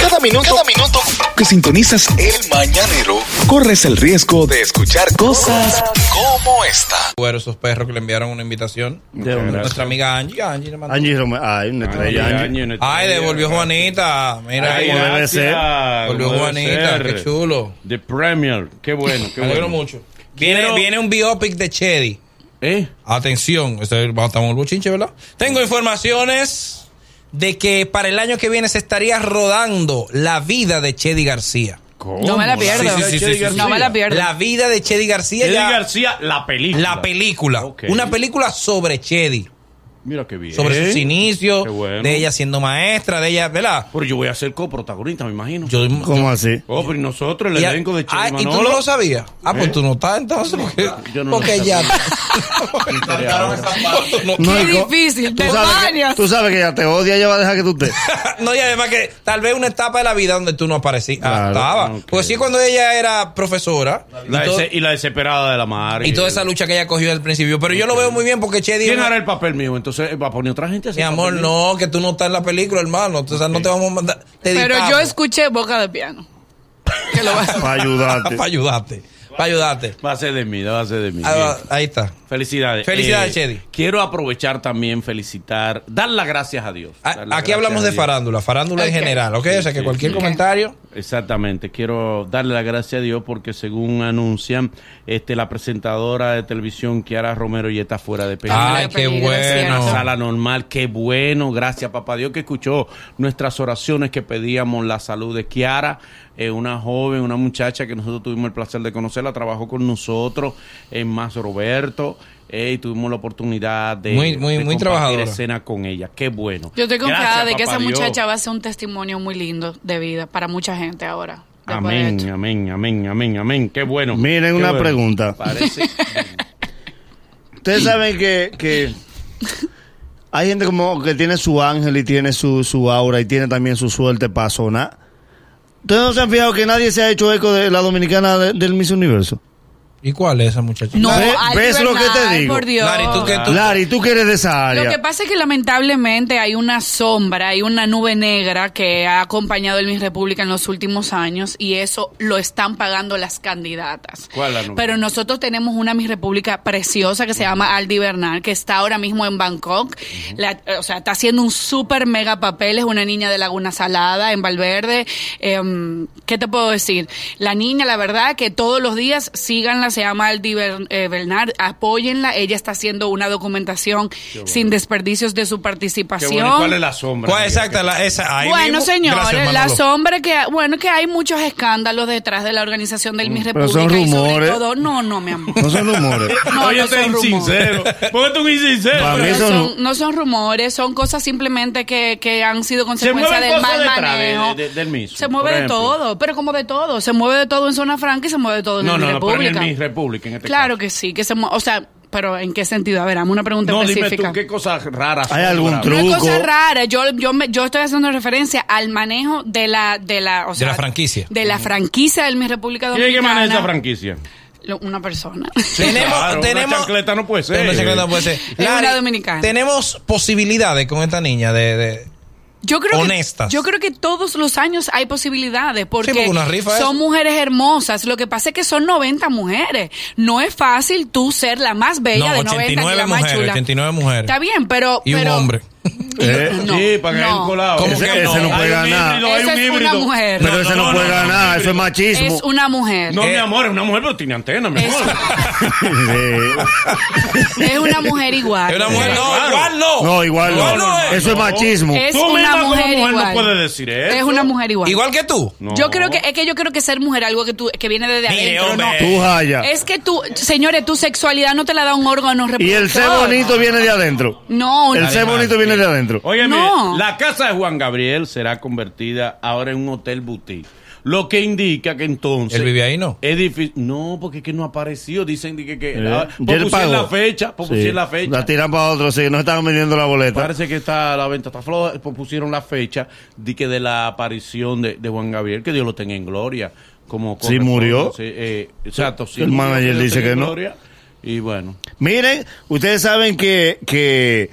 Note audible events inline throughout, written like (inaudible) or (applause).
Cada minuto, cada minuto que sintonizas el mañanero, corres el riesgo de escuchar cosas como esta. Bueno, esos perros que le enviaron una invitación. De una. Nuestra amiga Angie. Angie le mandó. Angie Romero. Ay, Ah, una estrella, Angie. Ay, devolvió Juanita. Mira, Ay, ahí. debe devolvió ser. Volvió Juanita. Qué chulo. De Premier. Qué bueno, qué Me alegro bueno. mucho. Viene, viene un biopic de Chedi. ¿Eh? Atención, este- estamos en el bochinche, ¿verdad? Tengo informaciones de que para el año que viene se estaría rodando la vida de Chedi García. No me la pierdo. Sí, sí, sí, sí, sí, sí. No me la pierdo. La vida de Chedi García. Eddie ya- García, la película. la película. Ok. Una película sobre Chedi. Mira qué bien. ¿Eh? Sobre sus inicios, Qué bueno. de ella siendo maestra, de ella, ¿verdad? Pero yo voy a ser coprotagonista, me imagino. Yo, ¿Cómo así? Oh, pero y nosotros, el y- elenco de Che ah, y ¿Y tú no Manolo. ¿Eh? lo sabías? Ah, pues tú no estás entonces. Porque, yo no lo porque ya. (laughs) no, No, Qué y co- difícil, Tú de sabes, que, varias. tú sabes que ella te odia, ella va a dejar que tú te. no, y además que tal vez una etapa de la vida donde tú no aparecías. Ah, Claro, estaba. ok. Pues sí, cuando ella era profesora. La y, todo- dese- y la desesperada de la madre. y toda esa lucha que ella cogió al principio. Pero yo lo veo muy bien porque Chedi. ¿Quién hará el papel mío? Entonces, eh, ¿va a poner otra gente? a hacer Mi amor, papel mío? no, que tú no estás en la película, hermano. O sea, no te vamos a mandar. te Pero yo editamos. escuché boca de piano. Que lo vas- Para ayudarte. (laughs) para ayudarte. Para ayudarte. Va a ser de mí, va a ser de mí. Ah, ahí está. Felicidades. Eh, Felicidades, Chedi. Quiero aprovechar también, felicitar, dar las gracias a Dios. A- Dar las Ah, Aquí gracias hablamos a de Dios. farándula, farándula en Ok. general, ¿ok? o sea, que sí, cualquier sí. comentario. Exactamente, quiero darle las gracias a Dios porque según anuncian, este la presentadora de televisión Kiara Romero ya está fuera de peligro. Ay, qué peligro, bueno. cierto. Una sala normal, qué bueno, gracias papá Dios que escuchó nuestras oraciones que pedíamos la salud de Kiara, eh, una joven, una muchacha que nosotros tuvimos el placer de conocerla, trabajó con nosotros en Más Roberto eh, y tuvimos la oportunidad de, Muy- muy- de muy compartir trabajadora. escena con ella, qué bueno. Yo estoy Gracias, confiada de que papá esa Dios. muchacha va a ser un testimonio muy lindo de vida para mucha gente ahora. después de Amén, esto. amén, amén, amén, amén. Qué bueno. Miren, Qué una bueno. pregunta. (laughs) Parece. Ustedes saben que, que hay gente como que tiene su ángel y tiene su, su aura y tiene también su suerte para sonar. ¿Ustedes no se han fijado que nadie se ha hecho eco de la dominicana de- del Miss Universo? ¿Y cuál es esa muchacha? No, ¿Ves- ay, ves lo que te Bernal, digo? Por Dios. Lari, tú que tú. Lari, tú que eres de esa Lo que área. pasa es que lamentablemente hay una sombra, hay una nube negra que ha acompañado el Miss República en los últimos años y eso lo están pagando las candidatas. ¿Cuál la nube? Pero nosotros tenemos una Miss República preciosa que se llama Aldi Bernal, que está ahora mismo en Bangkok. La- o sea, está haciendo un súper mega papel. Es una niña de Laguna Salada, en Valverde. Em, ¿Qué te puedo decir? La niña, la verdad, que todos los días síganla, se llama Aldi Ber- eh, Bernal, apóyenla. Ella está haciendo una documentación sin desperdicios de su Qué participación. bueno. ¿Y ¿Cuál es la sombra? ¿Cuál Pues, exacta? La, esa, ahí Bueno, mismo. señores, Gracias, la Manolo. sombra que bueno que hay muchos escándalos detrás de la organización del Miss pero República son y sobre rumores. todo no, no, mi amor. No son rumores. No, Oye, este no tú eres son insincero. ¿Por qué tú eres insincero? Para mí No eso son, no son rumores, son cosas simplemente que, que han sido consecuencia mueven del cosas mal detrás de- manejo. de- de- del mismo, se mueve por de ejemplo. todo, pero como de todo. Se mueve de todo en Zona Franca y se mueve de todo en No, el no, no, pero República. en mi república, en este claro caso. que sí, que se mueve. O sea, pero ¿en qué sentido? A ver, hazme una pregunta No, dime específica. tú qué cosas raras. ¿Hay son, algún bravo? truco? Una cosa rara, yo, yo, me- yo estoy haciendo referencia al manejo de la, de la, o sea, la franquicia. De la franquicia del Mi República ¿Quién Dominicana. es que maneja esa franquicia? Lo- Una persona. (laughs) Tenemos, claro, una tenemos, chancleta no puede ser. Una chancleta no puede ser. Es una Lari, dominicana. Tenemos posibilidades con esta niña de, de- Yo creo Honestas. Que, yo creo que todos los años hay posibilidades porque, porque una rifa es- son mujeres hermosas. Lo que pasa es que son 90 mujeres. No es fácil tú ser la más bella No, de 90 ni 89 la más mujeres, chula. 89 mujeres. Está bien, pero y un pero- (laughs) hombre. Eh, No, sí, para que no. haya un colado. ¿Cómo Ese- que ese no puede Hay un ganar. híbrido, hay Esa un es una híbrido. mujer. Pero ese no, puede no, ganar, eso es machismo. Es una mujer. No, Eh, mi amor, es una mujer, pero tiene antena, mi Es, amor. (laughs) Sí. es una mujer igual. Es una mujer. No, Claro. igual no. No, igual no. Oh. Igual no es. Eso es machismo. Es Tú una misma como mujer, mujer no igual. puedes decir eso. Es una mujer igual. Igual que tú. No. Yo creo que es que yo creo que ser mujer algo que tú que viene desde Mire, adentro, hombre. no. Tú jaya. Es que tú, señores, tu sexualidad no te la da un órgano reproductor. Y el ser bonito viene de adentro. No, El no. ser Animal, bonito viene de adentro. Óyeme, No. la casa de Juan Gabriel será convertida ahora en un hotel boutique. Lo que indica que entonces. Él vive ahí, ¿no? Es difícil. No, porque es que no apareció. Dicen que. que Eh, ya ah, pues él pusieron pagó. la fecha. pues Sí. pusieron la fecha. La tiran para otro, sí. No estaban vendiendo la boleta. Parece que está la venta está floja. Pues pusieron la fecha de que de la aparición de, de Juan Gabriel, que Dios lo tenga en gloria. Como Sí, corresponde. murió. Sí, eh, exacto. sí El murió, manager Dios dice tenga que en no. gloria. Y bueno. Miren, ustedes saben que, que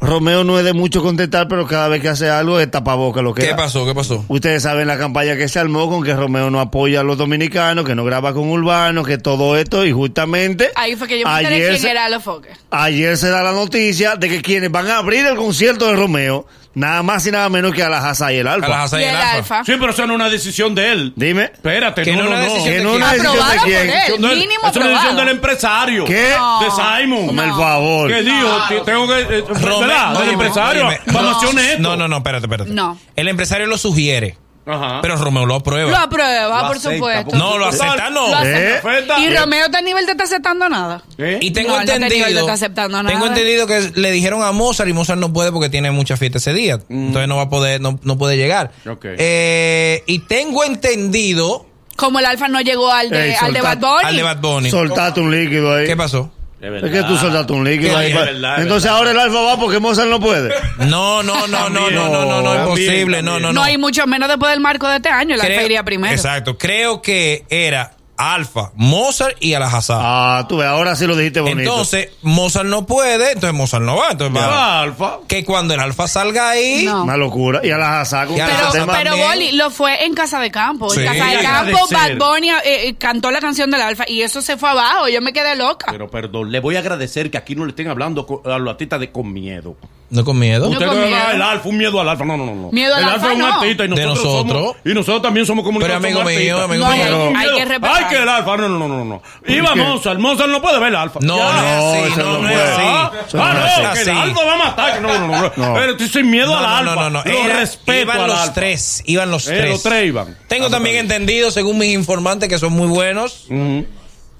Romeo no es de mucho contestar, pero cada vez que hace algo es tapaboca lo que ¿Qué da. pasó? ¿Qué pasó? Ustedes saben la campaña que se armó con que Romeo no apoya a los dominicanos, que no graba con urbanos, que todo esto, y justamente Ahí fue que yo me enteré ayer, quién se, era los foques. ayer se da la noticia de que quienes van a abrir el concierto de Romeo, nada más y nada menos que a la Haza y el Alfa. A las Y Hazael el Alfa. alfa. Sí, pero eso no es una decisión de él. Dime, Espérate, Que no, no es no, una no. decisión que de no es una quién. decisión de Aprobado por quién. él. Eso no es- mínimo eso es una decisión aprobado. del empresario. ¿Qué? De Simon. Hazme el favor. ¿Qué dijo? Te- Tengo que. eh, ¿Verdad? no, del dime, empresario. dime. Vamos a hacer No. honesto. No, no, no, espérate, espérate. No. El empresario lo sugiere, Ajá. pero Romeo lo aprueba. Lo aprueba, Lo por acepta, supuesto. porque- no, lo Total, acepta, no. ¿Eh? Lo acepta. Perfecta. Y ¿Eh? Romeo está a nivel de está aceptando nada. ¿Eh? Y tengo No, él no tenía- él no entendido. está aceptando nada. Tengo entendido que le dijeron a Mozart y Mozart no puede porque tiene mucha fiesta ese día. Entonces no va a poder, no, no puede llegar. Mm. Ok. Eh, y tengo entendido Como el alfa no llegó al de, Ey, al de soltate- Bad Bunny. al de Bad Bunny. soltate un líquido ahí. ¿Qué pasó? Es que tú soltaste un líquido Que ahí. es pa- verdad, es Entonces ahora el Alfa va porque Mozart no puede. (laughs) No, no, no, no, no, no, no, no, También, imposible, no, no, no, no. y mucho menos después del marco de este año. El alfa Creo- iría primero. Exacto. Creo que era Alfa, Mozart y Alhazar. Ah, tú ves, ahora sí lo dijiste bonito. Entonces, Mozart no puede, entonces Mozart no va. Entonces va. Ah, Alfa. Que cuando el Alfa salga ahí, No. Una locura. Y a las Hazá con Y a este las Pero, Hazá tema- pero también. Boli lo fue en Casa de Campo. Sí. En Casa Deja de de Campo, ser. Bad Bunny eh, eh, cantó la canción del Alfa y eso se fue abajo. Yo me quedé loca. Pero perdón, le voy a agradecer que aquí no le estén hablando co- a los artistas de con miedo. no con miedo. No Usted con no miedo. el alfa, un miedo al alfa. No, no, no. no. Miedo al el alfa, es un no. artista De y nosotros, nosotros. somos- y nosotros también somos comunicadores. Pero somos amigo mío, artistas. amigo No, mío. hay- hay que Miedo. Ay, respetar. que el alfa. No, no, no, no. no. Iba qué? Mozart. Mozart no puede ver el alfa. No, Ya. no es No, así, eso no, no no es puede. Ah, así. Eso no ah, es no, así. que el alfa va a matar. No, no, no. No. no. Pero estoy sin miedo No, al no, alfa. no, no, no. Lo Era- respeto iban al los alfa. tres, iban los Eh, tres. los tres iban. Tengo Ah, también pues, entendido, según mis informantes, que son muy buenos, Ujú.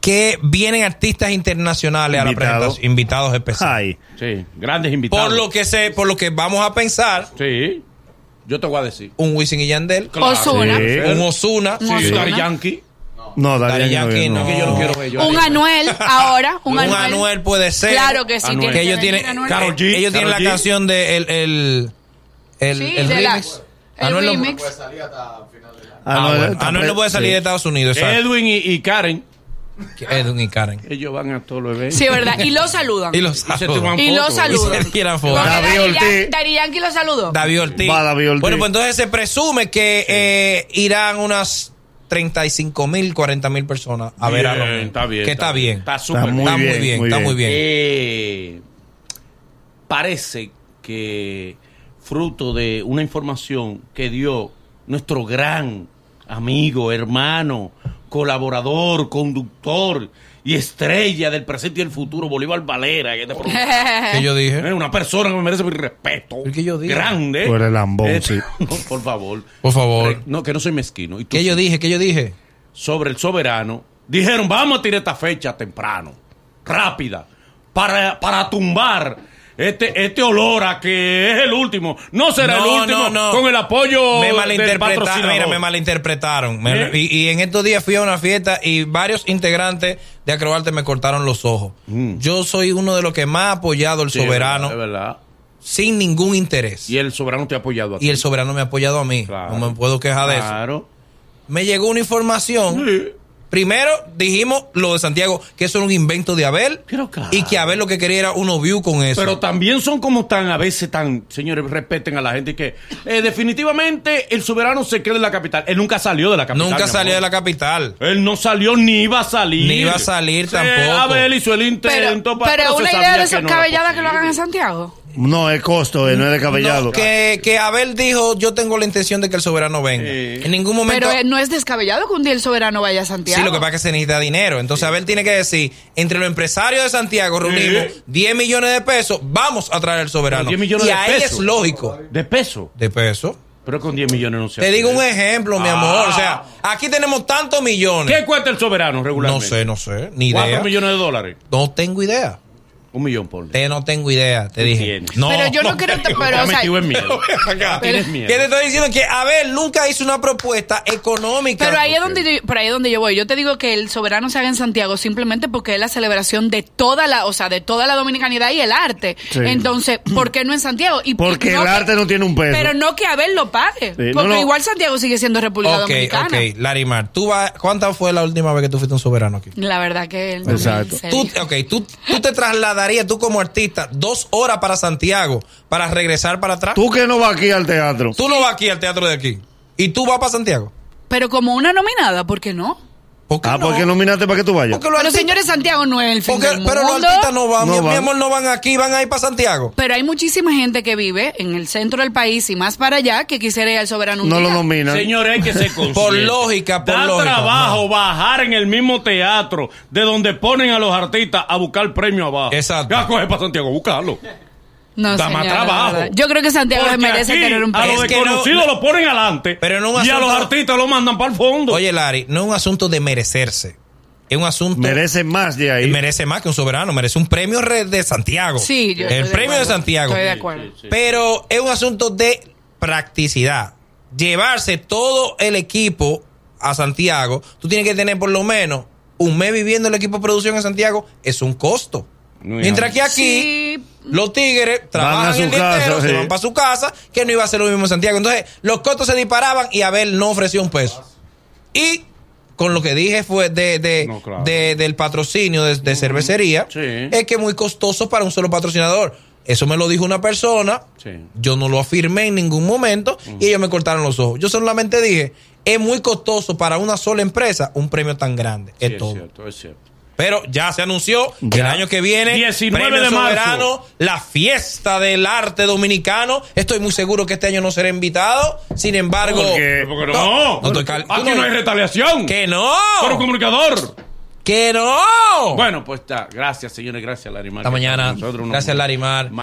que vienen artistas internacionales a la Invitados. presentación, invitados especiales. Ay. Sí, grandes invitados. (laughs) Por lo que sé, por lo que vamos a pensar, Sí. Yo te voy a decir. un Wisin y Yandel, Ozuna. Sí. un Ozuna, Un Sí, Ozuna. Daddy Yankee. No, Daddy Darío Yankee, no. Que yo lo quiero ver. yo. Un Anuel ahora. Un, un Anuel puede ser. Claro que sí. Anuel. tiene que ellos venir tienen, Anuel. Karol eh, G, ellos tienen la Karol G. canción de el, el, el, Sí, el de la- remix. el Anuel no- remix. Ah, bueno, Anuel no puede salir de esta. Estados Unidos. ¿sabes? Edwin y, y Karen. Edwin y Karen. Ellos van a todos los eventos. Sí, verdad. (laughs) Y lo saludan. Y los se saludan. toman Y lo fotos. saludan. Y se tiran Porque fotos. David Daddy Yan- Ortiz. Daddy Yankee lo saludó. David Ortiz. Va David Ortiz. Bueno, pues entonces se presume que eh, irán unas 35 mil, 40 mil personas a ver a Bien, Romeo. Está bien. Que está bien. Está súper muy Está muy bien, bien, muy está bien. muy bien. Eh, parece que fruto de una información que dio nuestro gran amigo, hermano, colaborador, conductor y estrella del presente y el futuro, Bolívar Valera, en este programa. (laughs) Que yo Eh, dije. Una persona que me merece mi respeto. ¿El que yo diga? Grande. Tú eres lambón, Eh, sí. no, (laughs) por favor. Por favor. Eh. Re- No, que no soy mezquino. Y tú Que yo dije, que yo dije. sobre el soberano, dijeron, vamos a tirar esta fecha temprano, rápida, para, para tumbar este, este olor a que es el último. No será No, el último no, no. con el Me apoyo Oh, del malinterpretaron. patrocinador. Mira, me malinterpretaron. Me- ¿Eh? y, y en estos días fui a una fiesta y varios integrantes de Acrobarte me cortaron los ojos. Mm. Yo soy uno de los que más ha apoyado el Sí, soberano Es verdad. sin ningún interés. Y el soberano te ha apoyado a ti. Y el soberano me ha apoyado a mí. Claro. No me puedo quejar de eso. Claro. Me llegó una información. Sí. Primero dijimos lo de Santiago, que eso era un invento de Abel. Pero claro. Y que Abel lo que quería era uno view con eso. Pero también son como tan, a veces tan, señores, respeten a la gente que eh, definitivamente el soberano se queda en la capital. Él nunca salió de la capital. Nunca mi salió amor. de la capital. Él no salió ni iba a salir. Ni iba a salir tampoco. Abel hizo el intento Pero, para pero una idea descabellada que lo hagan en Santiago. No, es costo, eh, no es descabellado. No, que, que Abel dijo, yo tengo la intención de que el soberano venga. Sí. En ningún momento... Pero eh, no es descabellado que un día el soberano vaya a Santiago. Sí, lo que pasa es que se necesita dinero. Entonces Abel tiene que decir, entre los empresarios de Santiago reunimos Sí. 10 millones de pesos, vamos a traer al soberano. 10 millones y de a él pesos. es lógico. De peso. De pesos. Pero con 10 millones no se Te hace digo un eso. ejemplo, mi Ah. amor. O sea, aquí tenemos tantos millones. ¿Qué cuesta el soberano No regularmente? sé, no sé. Ni ¿Cuántos idea. millones de dólares? No tengo idea. Un millón, por Te no tengo idea, te Tú dije. tienes. No. Pero yo (laughs) no, creo. Pero, o sea, metido en miedo. Acá. Tienes Que miedo. te estoy diciendo que Abel nunca hizo una propuesta económica. Pero ahí es donde yo, por ahí es donde yo voy. Yo te digo que el soberano se haga en Santiago simplemente porque es la celebración de toda la, o sea, de toda la dominicanidad y el arte. Sí. (clears throat) Entonces, ¿por qué no en Santiago? Y, Porque y el que- arte no tiene un peso. Pero no que Abel lo pague, Sí, no, porque no. igual Santiago sigue siendo República Ok, Dominicana. ok. Larimar, ¿tú vas, ¿cuánta fue la última vez que tú fuiste un soberano aquí? La verdad que él Exacto. en serio. Tú, ok, tú, tú te tardarías tú como artista dos horas para Santiago para regresar para atrás? Tú, Tú que no vas aquí al teatro. no vas aquí al teatro de aquí. ¿Y tú vas para Santiago? Pero como una nominada, ¿por qué no? ¿Por qué Ah, no? ¿por qué nominaste para que tú vayas? Porque los Pero artistas- señores, Santiago no es el fin porque- del pero los mundo. artistas no van, No mi, mi van. amor, no van aquí, van a ir para Santiago. Pero hay muchísima gente que vive en el centro del país y más para allá que quisiera ir al soberano. un No lo día. nominan. Señores, hay que se consiente. Por lógica, por da lógica, trabajo no. bajar en el mismo teatro de donde ponen a los artistas a buscar premio abajo. Exacto. Ya coge para Santiago a buscarlo. No, Da más señora, la trabajo. verdad. Yo creo que Santiago Porque se merece aquí tener un A premio. los Es que desconocidos no- lo ponen adelante. Pero en un y a asunto- los artistas lo mandan para el fondo. Oye, Lari, no es un asunto de merecerse. Es un asunto Merecen más de Él ahí. merece más que un soberano, merece un premio re- de Santiago. Sí, yo estoy El de premio de, acuerdo. Santiago. Estoy de acuerdo. Pero es un asunto de practicidad. Llevarse todo el equipo a Santiago, tú tienes que tener por lo menos un mes viviendo el equipo de producción en Santiago, es un costo. No, Mientras hija. que aquí Sí. los tigres Van a trabajan su el día casa, entero, se sí. van para su casa, que no iba a ser lo mismo en Santiago. Entonces, los costos se disparaban y Abel no ofreció un peso. Y con lo que dije fue de, de- No, claro. de- del patrocinio de, de cervecería, Sí. es que es muy costoso para un solo patrocinador. Eso me lo dijo una persona, Sí. yo no lo afirmé en ningún momento y ellos me cortaron los ojos. Yo solamente dije, es muy costoso para una sola empresa un premio tan grande. Sí, es todo. cierto, es cierto. Pero ya se anunció que el Ya. año que viene, 19 Premio de marzo. Soberano, la fiesta del arte dominicano. Estoy muy seguro que este año no seré invitado. Sin embargo, ¿Por qué? Porque no, estoy cal- aquí tú no hay retaliación. que no, Pero comunicador. que no. Bueno, pues está. Gracias, señores. Gracias, Larimar. Hasta mañana. Nosotros nos- Gracias, Larimar.